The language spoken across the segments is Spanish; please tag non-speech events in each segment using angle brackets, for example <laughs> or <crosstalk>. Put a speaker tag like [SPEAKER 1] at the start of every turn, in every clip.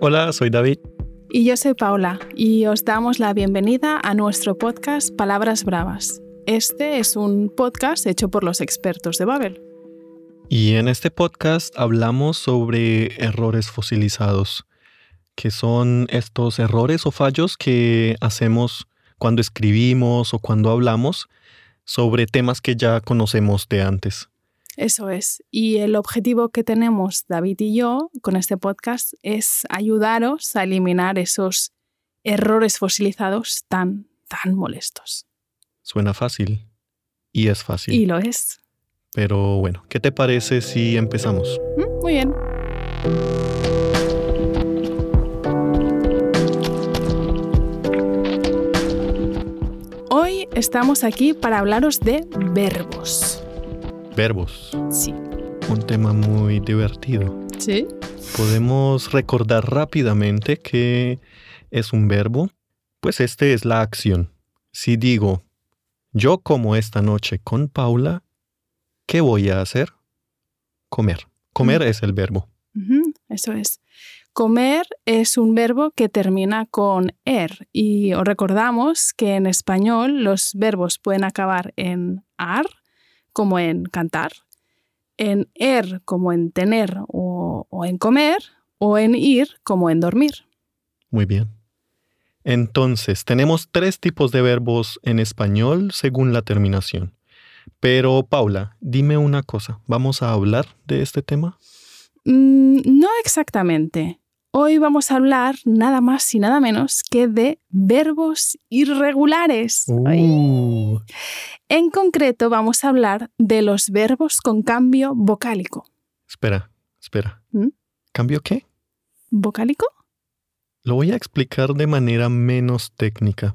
[SPEAKER 1] Hola, soy David.
[SPEAKER 2] Y yo soy Paula y os damos la bienvenida a nuestro podcast Palabras Bravas. Este es un podcast hecho por los expertos de Babel.
[SPEAKER 1] Y en este podcast hablamos sobre errores fosilizados, que son estos errores o fallos que hacemos cuando escribimos o cuando hablamos sobre temas que ya conocemos de antes.
[SPEAKER 2] Eso es. Y el objetivo que tenemos David y yo con este podcast es ayudaros a eliminar esos errores fosilizados tan, tan molestos.
[SPEAKER 1] Suena fácil. Y es fácil.
[SPEAKER 2] Y lo es.
[SPEAKER 1] Pero bueno, ¿qué te parece si empezamos?
[SPEAKER 2] Mm, Muy bien. Hoy estamos aquí para hablaros de verbos.
[SPEAKER 1] Verbos.
[SPEAKER 2] Sí.
[SPEAKER 1] Un tema muy divertido.
[SPEAKER 2] Sí.
[SPEAKER 1] Podemos recordar rápidamente que es un verbo. Pues este es la acción. Si digo, yo como esta noche con Paula, ¿qué voy a hacer? Comer. Comer es el verbo.
[SPEAKER 2] Ujú, Eso es. Comer es un verbo que termina con er y os recordamos que en español los verbos pueden acabar en ar, como en cantar, en er, como en tener o, o en comer, o en ir, como en dormir.
[SPEAKER 1] Muy bien. Entonces, tenemos tres tipos de verbos en español según la terminación. Pero, Paula, dime una cosa. ¿Vamos a hablar de este tema?
[SPEAKER 2] Mm, no exactamente. Hoy vamos a hablar nada más y nada menos que de verbos irregulares. Ay.
[SPEAKER 1] Uh,
[SPEAKER 2] En concreto vamos a hablar de los verbos con cambio vocálico.
[SPEAKER 1] espera, espera.
[SPEAKER 2] ¿Mm?
[SPEAKER 1] ¿Cambio qué?
[SPEAKER 2] ¿Vocálico?
[SPEAKER 1] Lo voy a explicar de manera menos técnica.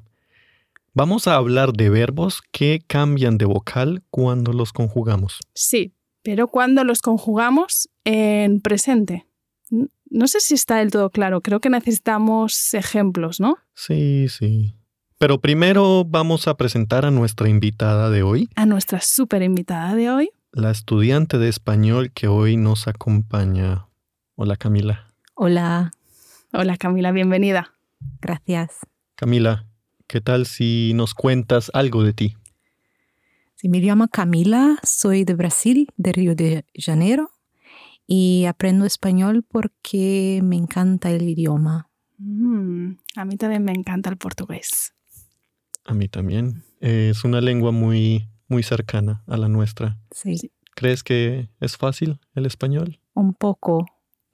[SPEAKER 1] Vamos a hablar de verbos que cambian de vocal cuando los conjugamos.
[SPEAKER 2] Sí, pero cuando los conjugamos en presente. N- No sé si está del todo claro, creo que necesitamos ejemplos, ¿no?
[SPEAKER 1] Sí, sí. Pero primero vamos a presentar a nuestra invitada de hoy,
[SPEAKER 2] A nuestra súper invitada de hoy.
[SPEAKER 1] la estudiante de español que hoy nos acompaña. Hola Camila.
[SPEAKER 3] Hola,
[SPEAKER 2] Hola Camila, bienvenida.
[SPEAKER 3] gracias.
[SPEAKER 1] Camila, ¿qué tal si nos cuentas algo de ti?
[SPEAKER 3] Sí, me llamo Camila, soy de Brasil, de Río de Janeiro, y aprendo español porque me encanta el idioma.
[SPEAKER 2] Mm, a mí también me encanta el portugués.
[SPEAKER 1] A mí también. Es una lengua muy, muy cercana a la nuestra.
[SPEAKER 3] Sí,
[SPEAKER 2] Sí.
[SPEAKER 1] ¿Crees que es fácil el español?
[SPEAKER 3] un poco,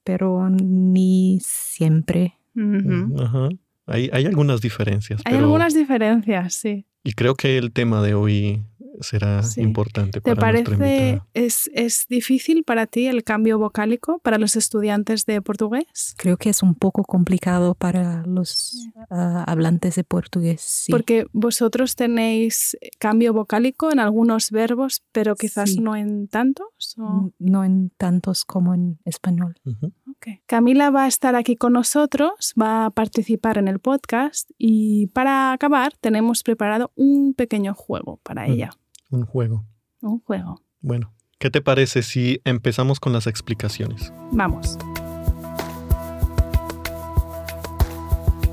[SPEAKER 3] pero ni siempre.
[SPEAKER 2] Ujú.
[SPEAKER 1] Ajá. Hay, hay algunas diferencias.
[SPEAKER 2] Hay
[SPEAKER 1] pero-
[SPEAKER 2] algunas diferencias, sí.
[SPEAKER 1] Y creo que el tema de hoy será
[SPEAKER 2] Sí.
[SPEAKER 1] importante
[SPEAKER 2] ¿Te
[SPEAKER 1] para nuestra
[SPEAKER 2] parece,
[SPEAKER 1] invitada.
[SPEAKER 2] es, es difícil para ti el cambio vocálico para los estudiantes de portugués?
[SPEAKER 3] Creo que es un poco complicado para los ah, hablantes de portugués. sí.
[SPEAKER 2] Porque vosotros tenéis eh, cambio vocálico en algunos verbos, pero quizás
[SPEAKER 3] Sí. Mm.
[SPEAKER 2] no en tantos. ¿o?
[SPEAKER 3] N- no en tantos como en español.
[SPEAKER 1] Ujú.
[SPEAKER 2] Ok. Camila va a estar aquí con nosotros, va a participar en el podcast y para acabar tenemos preparado un pequeño juego para
[SPEAKER 1] Mm.
[SPEAKER 2] ella.
[SPEAKER 1] Un juego.
[SPEAKER 2] Un juego.
[SPEAKER 1] Bueno, ¿qué te parece si empezamos con las explicaciones?
[SPEAKER 2] Vamos.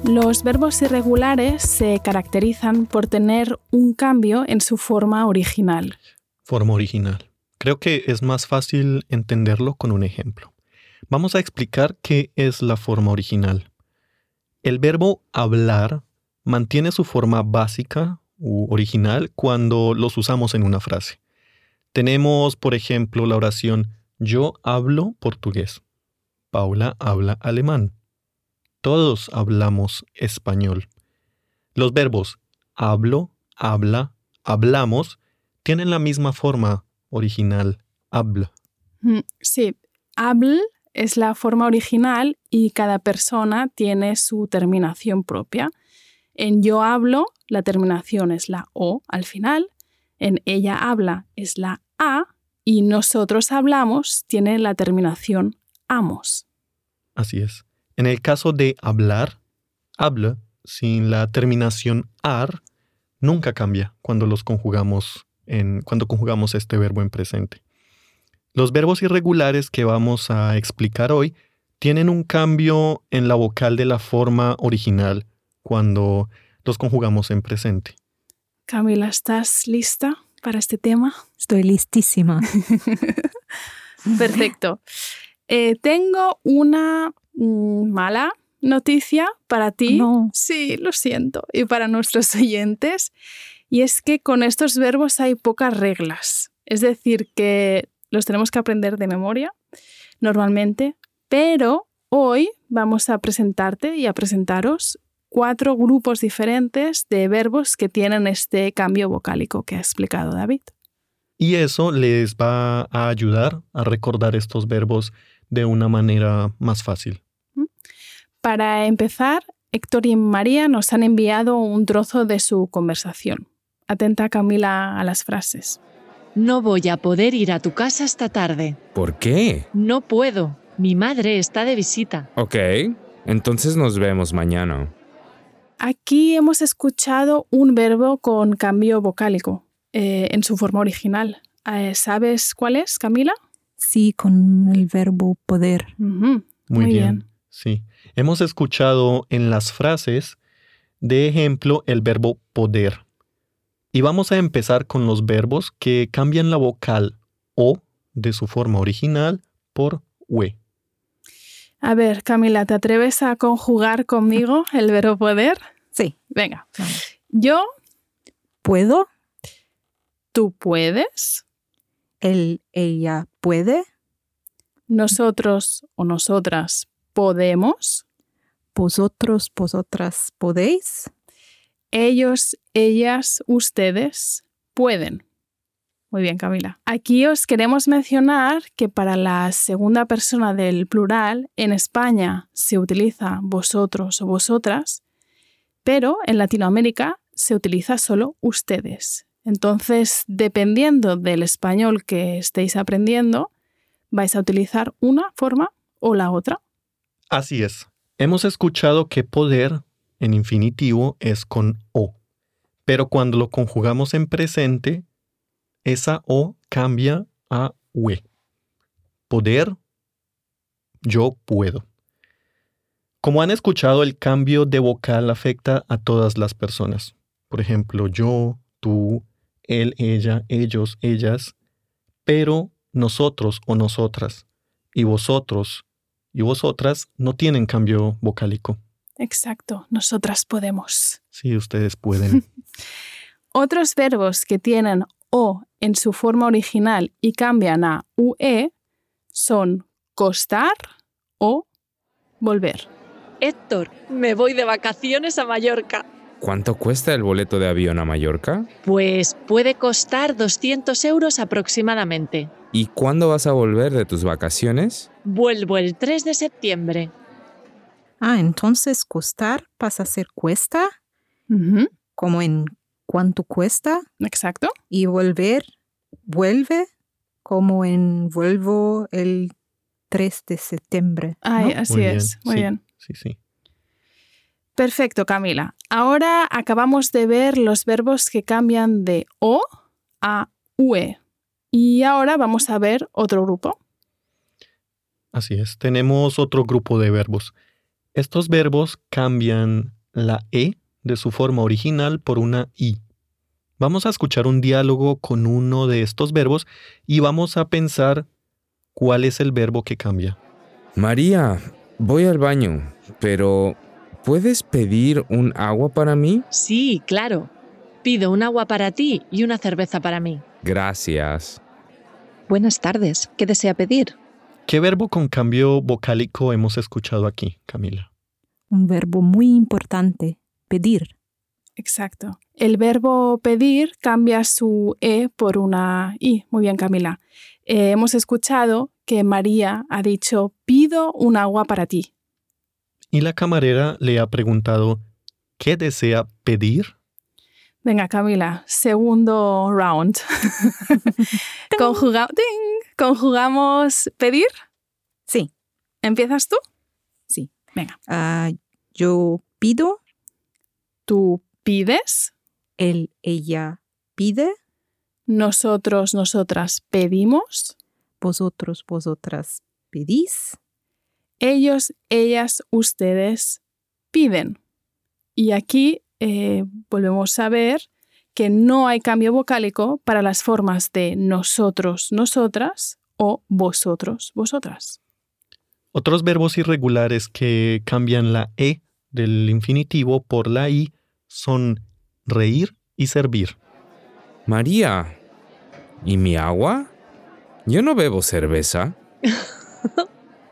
[SPEAKER 2] Los verbos irregulares se caracterizan por tener un cambio en su forma original.
[SPEAKER 1] Forma original. Creo que es más fácil entenderlo con un ejemplo. Vamos a explicar qué es la forma original. El verbo hablar mantiene su forma básica u original cuando los usamos en una frase. Tenemos, por ejemplo, la oración yo hablo portugués. Paula habla alemán. Todos hablamos español. Los verbos hablo, habla, hablamos tienen la misma forma original, habla.
[SPEAKER 2] Mm, Sí, habl es la forma original y cada persona tiene su terminación propia. En yo hablo, la terminación es la O al final. En ella habla es la A. Y nosotros hablamos tiene la terminación amos.
[SPEAKER 1] Así es. En el caso de hablar, habla sin la terminación ar nunca cambia cuando los conjugamos en cuando conjugamos este verbo en presente. Los verbos irregulares que vamos a explicar hoy tienen un cambio en la vocal de la forma original cuando los conjugamos en presente.
[SPEAKER 2] Camila, ¿estás lista para este tema?
[SPEAKER 3] Estoy listísima.
[SPEAKER 2] Perfecto. Eh, tengo una mm, mala noticia para ti.
[SPEAKER 3] No.
[SPEAKER 2] Sí, lo siento. Y para nuestros <laughs> oyentes. Y es que con estos verbos hay pocas reglas. Es decir, que los tenemos que aprender de memoria, normalmente. Pero hoy vamos a presentarte y a presentaros cuatro grupos diferentes de verbos que tienen este cambio vocálico que ha explicado David.
[SPEAKER 1] Y eso les va a ayudar a recordar estos verbos de una manera más fácil.
[SPEAKER 2] Para empezar, Héctor y María nos han enviado un trozo de su conversación. Atenta Camila a las frases.
[SPEAKER 4] No voy a poder ir a tu casa esta tarde.
[SPEAKER 5] ¿Por qué?
[SPEAKER 4] No puedo. Mi madre está de visita.
[SPEAKER 5] Ok, entonces nos vemos mañana.
[SPEAKER 2] Aquí hemos escuchado un verbo con cambio vocálico eh, en su forma original. Eh, ¿Sabes cuál es, Camila?
[SPEAKER 3] Sí, con el verbo poder.
[SPEAKER 2] Ujú,
[SPEAKER 1] Muy, bien. Sí. Hemos escuchado en las frases de ejemplo el verbo poder. Y vamos a empezar con los verbos que cambian la vocal o de su forma original por ue.
[SPEAKER 2] A ver, Camila, ¿te atreves a conjugar conmigo el verbo poder?
[SPEAKER 3] Sí.
[SPEAKER 2] Venga.
[SPEAKER 3] vamos.
[SPEAKER 2] Yo,
[SPEAKER 3] Puedo,
[SPEAKER 2] tú puedes,
[SPEAKER 3] él, ella puede,
[SPEAKER 2] nosotros o nosotras podemos,
[SPEAKER 3] vosotros, vosotras podéis.
[SPEAKER 2] ellos, ellas, ustedes pueden. Muy bien, Camila. Aquí os queremos mencionar que para la segunda persona del plural en España se utiliza vosotros o vosotras, pero en Latinoamérica se utiliza solo ustedes. Entonces, dependiendo del español que estéis aprendiendo, vais a utilizar una forma o la otra.
[SPEAKER 1] Así es. Hemos escuchado que poder en infinitivo es con o, pero cuando lo conjugamos en presente, esa o cambia a ue. Poder, yo puedo. Como han escuchado, el cambio de vocal afecta a todas las personas. Por ejemplo, yo, tú, él, ella, ellos, ellas, pero nosotros o nosotras, y vosotros y vosotras no tienen cambio vocálico.
[SPEAKER 2] Exacto, nosotras podemos.
[SPEAKER 1] Sí, ustedes pueden.
[SPEAKER 2] Otros verbos que tienen o en su forma original y cambian a ue son costar o volver.
[SPEAKER 4] Héctor, me voy de vacaciones a Mallorca.
[SPEAKER 5] ¿Cuánto cuesta el boleto de avión a Mallorca?
[SPEAKER 4] Pues puede costar 200 euros aproximadamente.
[SPEAKER 5] ¿Y cuándo vas a volver de tus vacaciones?
[SPEAKER 4] Vuelvo el 3 de septiembre.
[SPEAKER 3] Ah, entonces costar pasa a ser cuesta,
[SPEAKER 2] Ujú,
[SPEAKER 3] como en cuánto cuesta,
[SPEAKER 2] Exacto.
[SPEAKER 3] y volver, vuelve, como en vuelvo el 3 de septiembre.
[SPEAKER 2] Ay,
[SPEAKER 3] ¿no?
[SPEAKER 2] así
[SPEAKER 1] Muy bien,
[SPEAKER 2] es. Muy
[SPEAKER 1] sí.
[SPEAKER 2] bien.
[SPEAKER 1] Sí, sí.
[SPEAKER 2] Perfecto, Camila. Ahora acabamos de ver los verbos que cambian de o a ue. Y ahora vamos a ver otro grupo.
[SPEAKER 1] Así es. Tenemos otro grupo de verbos. Estos verbos cambian la E de su forma original por una I. Vamos a escuchar un diálogo con uno de estos verbos y vamos a pensar cuál es el verbo que cambia.
[SPEAKER 5] María, voy al baño, pero ¿puedes pedir un agua para mí?
[SPEAKER 4] Sí, claro. Pido un agua para ti y una cerveza para mí.
[SPEAKER 5] Gracias.
[SPEAKER 6] Buenas tardes. ¿Qué desea pedir?
[SPEAKER 1] ¿Qué verbo con cambio vocálico hemos escuchado aquí, Camila?
[SPEAKER 3] Un verbo muy importante, pedir.
[SPEAKER 2] Exacto. El verbo pedir cambia su E por una I. Muy bien, Camila. Eh, hemos escuchado que María ha dicho, pido un agua para ti.
[SPEAKER 1] Y la camarera le ha preguntado, ¿qué desea pedir?
[SPEAKER 2] Venga, Camila, segundo round. Conjuga- ¡Ting! Conjugamos pedir.
[SPEAKER 3] Sí.
[SPEAKER 2] ¿Empiezas tú?
[SPEAKER 3] Ah, yo pido,
[SPEAKER 2] Tú pides,
[SPEAKER 3] él, ella pide,
[SPEAKER 2] nosotros, nosotras pedimos,
[SPEAKER 3] vosotros, vosotras pedís,
[SPEAKER 2] ellos, ellas, ustedes piden. Y aquí eh, volvemos a ver que no hay cambio vocálico para las formas de nosotros, nosotras o vosotros, vosotras.
[SPEAKER 1] Otros verbos irregulares que cambian la E del infinitivo por la I son reír y servir.
[SPEAKER 5] María, ¿y mi agua? Yo no bebo cerveza.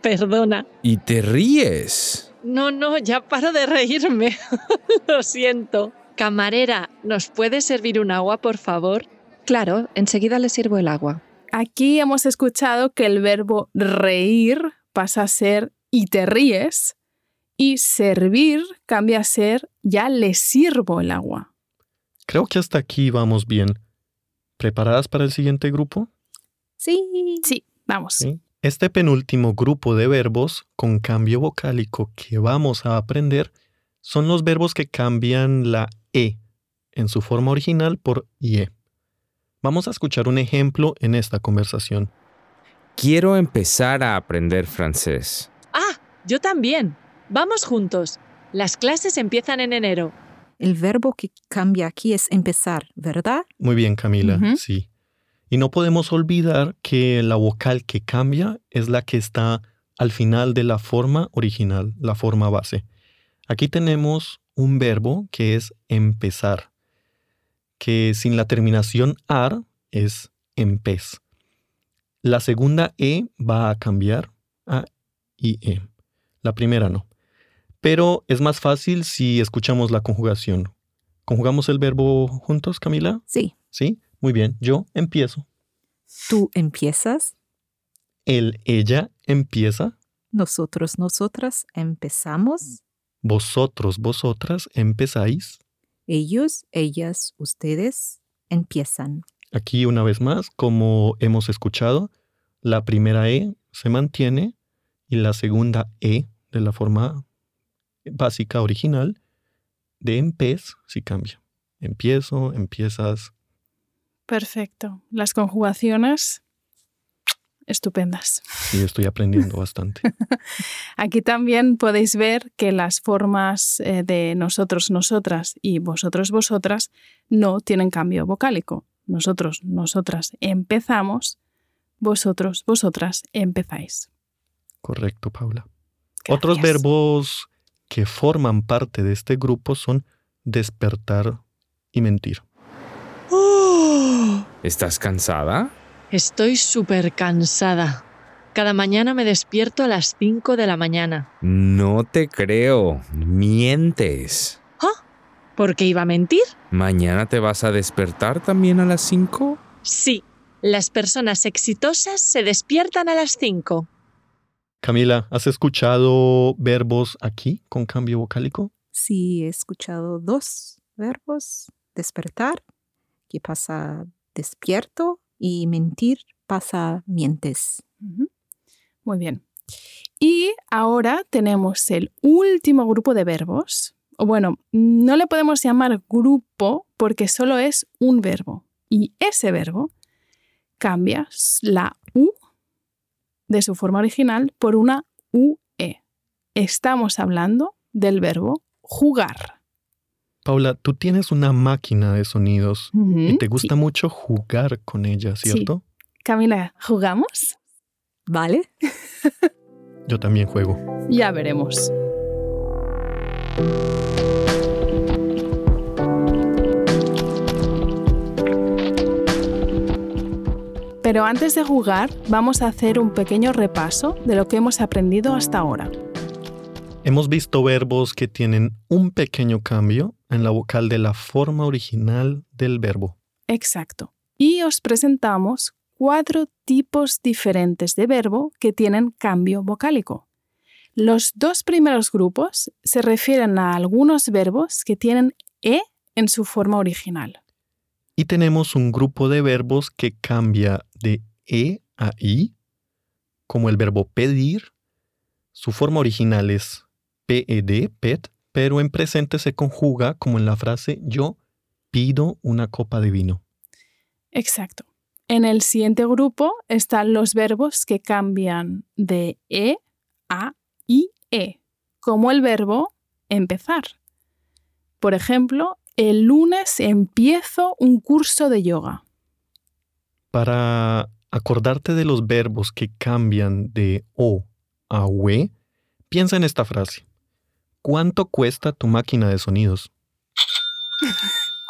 [SPEAKER 4] Perdona.
[SPEAKER 5] Y te ríes.
[SPEAKER 4] No, no, ya paro de reírme. <laughs> Lo siento. Camarera, ¿nos puede servir un agua, por favor?
[SPEAKER 6] Claro, enseguida le sirvo el agua.
[SPEAKER 2] Aquí hemos escuchado que el verbo reír pasa a ser y te ríes y servir cambia a ser ya le sirvo el agua.
[SPEAKER 1] Creo que hasta aquí vamos bien. ¿Preparadas para el siguiente grupo?
[SPEAKER 3] Sí.
[SPEAKER 2] Sí, vamos.
[SPEAKER 1] Sí. Este penúltimo grupo de verbos con cambio vocálico que vamos a aprender son los verbos que cambian la E en su forma original por IE. Vamos a escuchar un ejemplo en esta conversación.
[SPEAKER 5] Quiero empezar a aprender francés.
[SPEAKER 4] Ah, yo también. Vamos juntos. Las clases empiezan en enero.
[SPEAKER 3] El verbo que cambia aquí es empezar, ¿verdad?
[SPEAKER 1] Muy bien, Camila,
[SPEAKER 3] Ujú.
[SPEAKER 1] sí. Y no podemos olvidar que la vocal que cambia es la que está al final de la forma original, la forma base. Aquí tenemos un verbo que es empezar, que sin la terminación ar es empez. La segunda e va a cambiar a ie. La primera no. Pero es más fácil si escuchamos la conjugación. ¿Conjugamos el verbo juntos, Camila?
[SPEAKER 3] Sí.
[SPEAKER 1] ¿Sí? Muy bien. Yo empiezo.
[SPEAKER 3] Tú empiezas,
[SPEAKER 1] Él, ella empieza.
[SPEAKER 3] nosotros, nosotras
[SPEAKER 2] Mm.
[SPEAKER 3] empezamos,
[SPEAKER 1] Vosotros, vosotras empezáis.
[SPEAKER 3] ellos, ellas, ustedes empiezan.
[SPEAKER 1] Aquí una vez más, como hemos escuchado, la primera E se mantiene y la segunda E de la forma básica original de empez sí cambia. Empiezo, empiezas.
[SPEAKER 2] Perfecto. Las conjugaciones estupendas.
[SPEAKER 1] Y estoy aprendiendo bastante.
[SPEAKER 2] Aquí también podéis ver que las formas eh, de nosotros, nosotras y vosotros, vosotras no tienen cambio vocálico. Nosotros, nosotras empezamos, vosotros, vosotras empezáis.
[SPEAKER 1] Correcto, Paula.
[SPEAKER 2] Gracias.
[SPEAKER 1] Otros verbos que forman parte de este grupo son despertar y mentir.
[SPEAKER 5] ¿Estás cansada?
[SPEAKER 4] <gasps> Estoy súper cansada. Cada mañana me despierto a las 5 de la mañana.
[SPEAKER 5] No te creo. Mientes.
[SPEAKER 4] ¿Por qué iba a mentir?
[SPEAKER 5] ¿Mañana te vas a despertar también a las 5?
[SPEAKER 4] Sí, las personas exitosas se despiertan a las 5.
[SPEAKER 1] Camila, ¿has escuchado verbos aquí con cambio vocálico?
[SPEAKER 3] Sí, he escuchado dos verbos, despertar, que pasa despierto, y mentir pasa mientes.
[SPEAKER 2] Ujú. Muy bien. Y ahora tenemos el último grupo de verbos. O bueno, no le podemos llamar grupo porque solo es un verbo. Y ese verbo cambia s- la U de su forma original por una UE. Estamos hablando del verbo jugar.
[SPEAKER 1] Paula, tú tienes una máquina de sonidos y te gusta
[SPEAKER 2] Mm, Sí.
[SPEAKER 1] mucho jugar con ella,
[SPEAKER 2] Sí.
[SPEAKER 1] ¿cierto?
[SPEAKER 2] Camila, ¿jugamos?
[SPEAKER 3] ¿Vale?
[SPEAKER 1] Yo también juego.
[SPEAKER 2] Ya veremos. Pero antes de jugar, vamos a hacer un pequeño repaso de lo que hemos aprendido hasta ahora.
[SPEAKER 1] Hemos visto verbos que tienen un pequeño cambio en la vocal de la forma original del verbo.
[SPEAKER 2] Exacto. Y os presentamos cuatro tipos diferentes de verbo que tienen cambio vocálico. Los dos primeros grupos se refieren a algunos verbos que tienen E en su forma original.
[SPEAKER 1] Y tenemos un grupo de verbos que cambia de E a I, como el verbo pedir. Su forma original es PED, PET, pero en presente se conjuga como en la frase yo pido una copa de vino.
[SPEAKER 2] Exacto. En el siguiente grupo están los verbos que cambian de E a y e, como el verbo empezar. Por ejemplo, el lunes empiezo un curso de yoga.
[SPEAKER 1] Para acordarte de los verbos que cambian de o a we, piensa en esta frase. ¿Cuánto cuesta tu máquina de sonidos?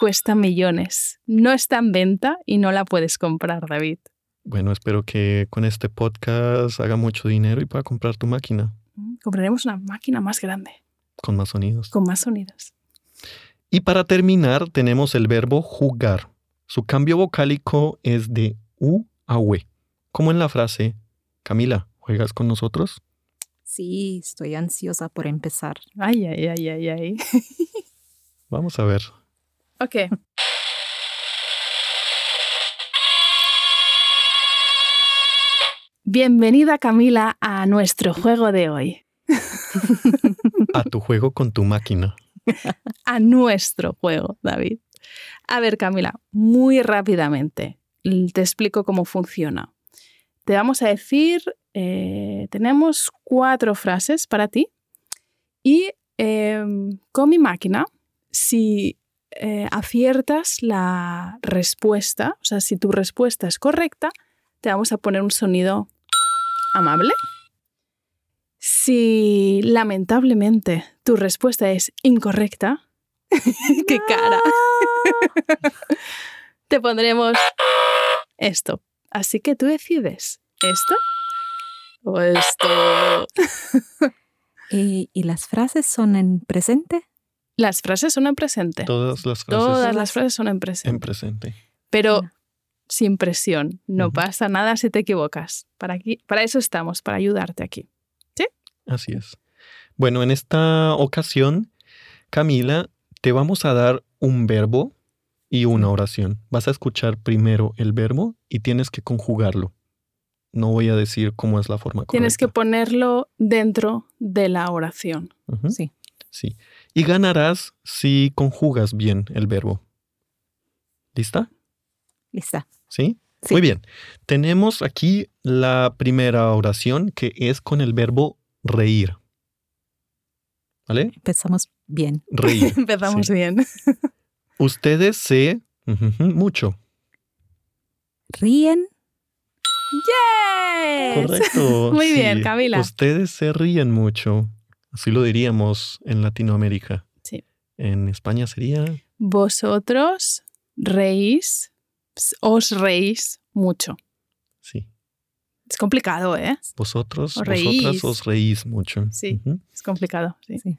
[SPEAKER 2] Cuesta millones. No está en venta y no la puedes comprar, David.
[SPEAKER 1] Bueno, espero que con este podcast haga mucho dinero y pueda comprar tu máquina
[SPEAKER 2] Mm, Compraremos una máquina más grande,
[SPEAKER 1] con más sonidos.
[SPEAKER 2] con más sonidos.
[SPEAKER 1] Y para terminar, tenemos el verbo jugar. Su cambio vocálico es de u a we, como en la frase, Camila, ¿juegas con nosotros?
[SPEAKER 3] Sí, estoy ansiosa por empezar.
[SPEAKER 2] Ay, ay, ay, ay, ay.
[SPEAKER 1] Vamos a ver.
[SPEAKER 2] Ok. Bienvenida Camila a nuestro juego de hoy.
[SPEAKER 1] A tu juego con tu
[SPEAKER 2] <laughs>
[SPEAKER 1] máquina.
[SPEAKER 2] A nuestro juego, David. A ver Camila, muy rápidamente l- te explico cómo funciona. Te vamos a decir, eh, tenemos cuatro frases para ti y em, con mi máquina, si eh, aciertas la respuesta, o sea, si tu respuesta es correcta, te vamos a poner un sonido amable. Si lamentablemente tu respuesta es incorrecta, <laughs> <laughs> qué cara, te pondremos esto. Así que tú decides, ¿esto o esto?
[SPEAKER 3] Eh, ¿Y, y las frases son en presente?
[SPEAKER 2] Las frases son en presente.
[SPEAKER 1] Todas las frases
[SPEAKER 2] Todas las frases son en presente.
[SPEAKER 1] en presente.
[SPEAKER 2] Pero
[SPEAKER 3] Ya.
[SPEAKER 2] sin presión. No
[SPEAKER 1] Ujú.
[SPEAKER 2] pasa nada si te equivocas. Para, aquí, para eso estamos, para ayudarte aquí.
[SPEAKER 1] Así es. Bueno, en esta ocasión, Camila, te vamos a dar un verbo y una oración. Vas a escuchar primero el verbo y tienes que conjugarlo. No voy a decir cómo es la forma correcta.
[SPEAKER 2] Tienes que ponerlo dentro de la oración.
[SPEAKER 1] Ujú.
[SPEAKER 3] Sí.
[SPEAKER 1] Sí. Y ganarás si conjugas bien el verbo. ¿Lista?
[SPEAKER 3] Lista.
[SPEAKER 1] ¿Sí?
[SPEAKER 3] Sí.
[SPEAKER 1] Muy bien. Tenemos aquí la primera oración que es con el verbo reír.
[SPEAKER 2] <laughs>
[SPEAKER 1] ¿Vale?
[SPEAKER 3] Empezamos bien.
[SPEAKER 1] Reír.
[SPEAKER 2] <laughs> Empezamos
[SPEAKER 1] Sí.
[SPEAKER 2] bien.
[SPEAKER 1] Ustedes se... ujú, ujú, Mucho.
[SPEAKER 3] Ríen.
[SPEAKER 2] ¡Yes!
[SPEAKER 1] Correcto.
[SPEAKER 2] <laughs> Muy bien, Camila.
[SPEAKER 1] Ustedes se ríen mucho. Así lo diríamos en Latinoamérica.
[SPEAKER 2] Sí.
[SPEAKER 1] En España sería...
[SPEAKER 2] Vosotros reís, os reís mucho.
[SPEAKER 1] Sí.
[SPEAKER 2] Es complicado, ¿eh?
[SPEAKER 1] Vosotros,
[SPEAKER 2] Os
[SPEAKER 1] vosotras
[SPEAKER 2] reís.
[SPEAKER 1] os reís mucho.
[SPEAKER 2] Sí.
[SPEAKER 1] Ujú.
[SPEAKER 2] Es complicado. Sí.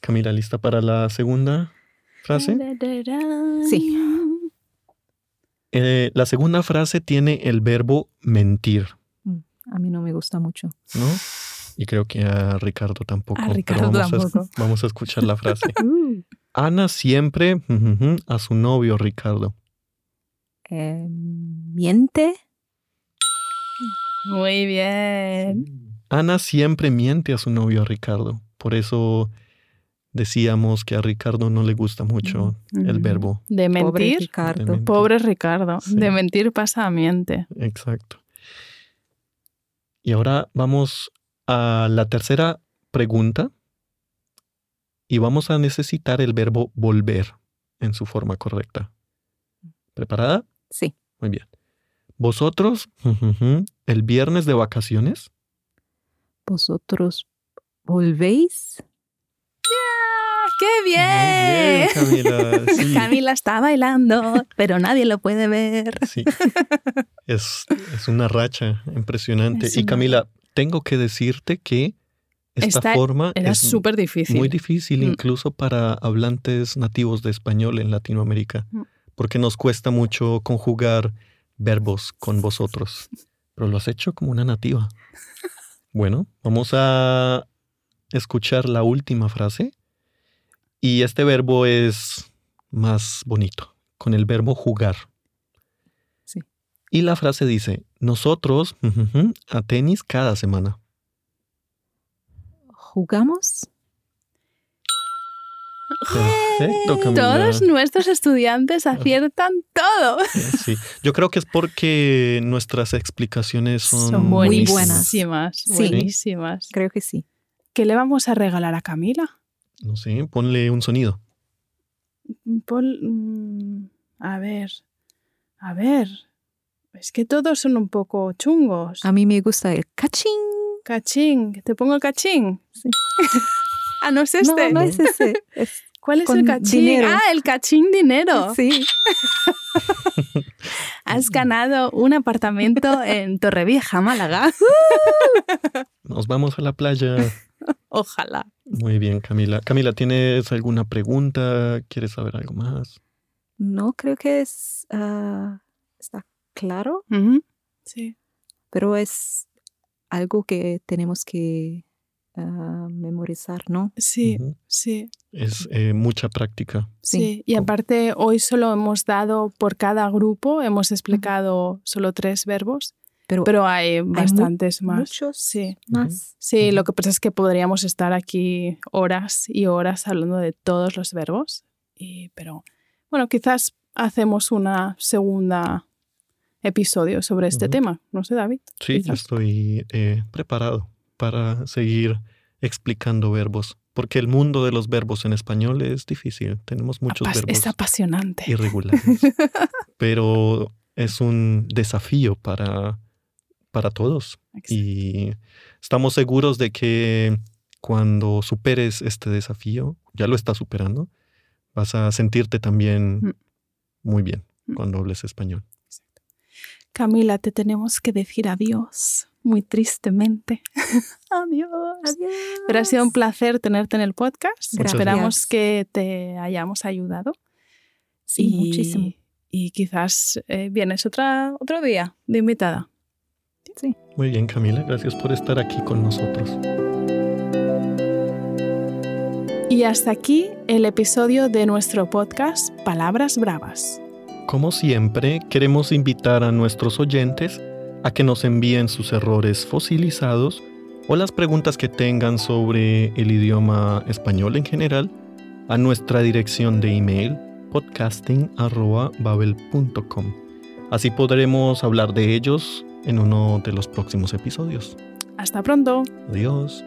[SPEAKER 1] Camila, ¿lista para la segunda
[SPEAKER 2] ¿Ah,
[SPEAKER 1] frase?
[SPEAKER 3] Sí.
[SPEAKER 1] Eh, la segunda frase tiene el verbo mentir,
[SPEAKER 3] A mí no me gusta mucho.
[SPEAKER 1] ¿no? Y creo que a Ricardo tampoco.
[SPEAKER 2] A
[SPEAKER 1] pero
[SPEAKER 2] Ricardo
[SPEAKER 1] vamos a es-
[SPEAKER 2] tampoco.
[SPEAKER 1] vamos a escuchar la
[SPEAKER 2] <laughs>
[SPEAKER 1] frase.
[SPEAKER 4] Mm.
[SPEAKER 1] Ana siempre ujú, ujú, a su novio Ricardo.
[SPEAKER 3] Eh, miente.
[SPEAKER 2] Muy bien.
[SPEAKER 1] Ana siempre miente a su novio Ricardo. Por eso decíamos que a Ricardo no le gusta mucho el
[SPEAKER 2] Mm.
[SPEAKER 1] verbo.
[SPEAKER 2] De
[SPEAKER 3] Pobre
[SPEAKER 2] mentir.
[SPEAKER 1] de
[SPEAKER 3] Ricardo.
[SPEAKER 1] mentir.
[SPEAKER 2] Pobre Ricardo.
[SPEAKER 1] Sí.
[SPEAKER 2] De mentir pasa a miente.
[SPEAKER 1] Exacto. Y ahora vamos a la tercera pregunta y vamos a necesitar el verbo volver en su forma correcta. ¿Preparada?
[SPEAKER 3] Sí.
[SPEAKER 1] Muy bien. ¿Vosotros ujujujú, el viernes de vacaciones?
[SPEAKER 3] Vosotros volvéis.
[SPEAKER 2] ¡Ah, ¡Qué bien!
[SPEAKER 1] Muy bien,
[SPEAKER 2] <laughs>
[SPEAKER 1] Camila. Sí,
[SPEAKER 2] Camila está bailando, pero nadie lo puede ver.
[SPEAKER 1] sí. Es, es una racha impresionante.
[SPEAKER 2] Es
[SPEAKER 1] y
[SPEAKER 2] una-
[SPEAKER 1] Camila, tengo que decirte que esta
[SPEAKER 2] Está-
[SPEAKER 1] forma
[SPEAKER 2] Era
[SPEAKER 1] es
[SPEAKER 2] súper difícil.
[SPEAKER 1] Muy difícil
[SPEAKER 2] Mm.
[SPEAKER 1] incluso para hablantes nativos de español en Latinoamérica,
[SPEAKER 2] Mm.
[SPEAKER 1] porque nos cuesta mucho conjugar verbos con vosotros. Pero lo has hecho como una
[SPEAKER 2] <laughs>
[SPEAKER 1] nativa. Bueno, vamos a escuchar la última frase. Y este verbo es más bonito, con el verbo jugar.
[SPEAKER 3] Sí.
[SPEAKER 1] Y la frase dice, nosotros ujujú, a tenis cada semana.
[SPEAKER 3] Jugamos.
[SPEAKER 2] ¿eh? <laughs>
[SPEAKER 1] Perfecto, Camila.
[SPEAKER 2] Todos nuestros estudiantes aciertan todo.
[SPEAKER 1] Sí, yo creo que es porque nuestras explicaciones son,
[SPEAKER 3] Son muy
[SPEAKER 1] buenísimas.
[SPEAKER 3] buenas.
[SPEAKER 2] buenísimas.
[SPEAKER 3] Sí.
[SPEAKER 2] Buenísimas.
[SPEAKER 3] Creo que sí.
[SPEAKER 2] ¿Qué le vamos a regalar a Camila?
[SPEAKER 1] No sé, ponle un sonido.
[SPEAKER 2] Pol- mm, a ver, a ver. Es que todos son un poco chungos.
[SPEAKER 3] A mí me gusta el cachín.
[SPEAKER 2] Cachín, te pongo el cachín.
[SPEAKER 3] Sí.
[SPEAKER 2] <laughs> ah, no es este.
[SPEAKER 3] No, no es ese.
[SPEAKER 2] <laughs>
[SPEAKER 3] Es-
[SPEAKER 2] ¿Cuál es
[SPEAKER 3] con
[SPEAKER 2] el cachín?
[SPEAKER 3] dinero.
[SPEAKER 2] Ah, el cachín dinero.
[SPEAKER 3] Sí.
[SPEAKER 2] Has ganado un
[SPEAKER 3] <laughs>
[SPEAKER 2] apartamento en Torrevieja, Málaga.
[SPEAKER 1] Nos vamos a la playa.
[SPEAKER 2] Ojalá.
[SPEAKER 1] Muy bien, Camila. Camila, ¿tienes alguna pregunta? ¿Quieres saber algo más?
[SPEAKER 3] No creo que es. ah, está claro,
[SPEAKER 2] Sí.
[SPEAKER 3] pero es algo que tenemos que ah, memorizar, ¿no?
[SPEAKER 2] Sí,
[SPEAKER 1] Ujú.
[SPEAKER 2] sí,
[SPEAKER 1] Es eh, mucha práctica.
[SPEAKER 3] Sí.
[SPEAKER 2] sí. Y aparte, hoy solo hemos dado por cada grupo, hemos explicado solo tres verbos,
[SPEAKER 3] Pero,
[SPEAKER 2] pero hay
[SPEAKER 3] mu-
[SPEAKER 2] bastantes más.
[SPEAKER 3] muchos
[SPEAKER 2] Sí.
[SPEAKER 3] más.
[SPEAKER 2] Sí,
[SPEAKER 1] Ujú.
[SPEAKER 2] lo que pasa es que podríamos estar aquí horas y horas hablando de todos los verbos, y- pero bueno, quizás hacemos una segunda episodio sobre este
[SPEAKER 1] Ujú.
[SPEAKER 2] tema, no sé, David.
[SPEAKER 1] Sí, yo
[SPEAKER 2] Quizás.
[SPEAKER 1] estoy eh, preparado para seguir explicando verbos, porque el mundo de los verbos en español es difícil. Tenemos muchos
[SPEAKER 2] Apas-
[SPEAKER 1] verbos
[SPEAKER 2] es apasionante. <laughs>
[SPEAKER 1] irregulares, pero es un desafío para, para todos. Y estamos seguros de que cuando superes este desafío, ya lo estás superando, vas a sentirte
[SPEAKER 2] Mm.
[SPEAKER 1] también muy bien
[SPEAKER 2] Mm.
[SPEAKER 1] cuando hables español.
[SPEAKER 2] Camila, te tenemos que decir adiós, muy tristemente. <laughs> adiós. Pero ha sido un placer tenerte en el podcast.
[SPEAKER 1] Muchas
[SPEAKER 2] Esperamos
[SPEAKER 3] gracias.
[SPEAKER 2] que te hayamos ayudado.
[SPEAKER 3] Sí, muchísimo.
[SPEAKER 2] Y quizás eh, vienes otra, otro día de invitada.
[SPEAKER 1] Muy bien, Camila, gracias por estar aquí con nosotros.
[SPEAKER 2] Y hasta aquí el episodio de nuestro podcast Palabras Bravas.
[SPEAKER 1] Como siempre, queremos invitar a nuestros oyentes a que nos envíen sus errores fosilizados o las preguntas que tengan sobre el idioma español en general a nuestra dirección de email podcasting.babel.com. Así podremos hablar de ellos en uno de los próximos episodios.
[SPEAKER 2] Hasta pronto.
[SPEAKER 1] Adiós.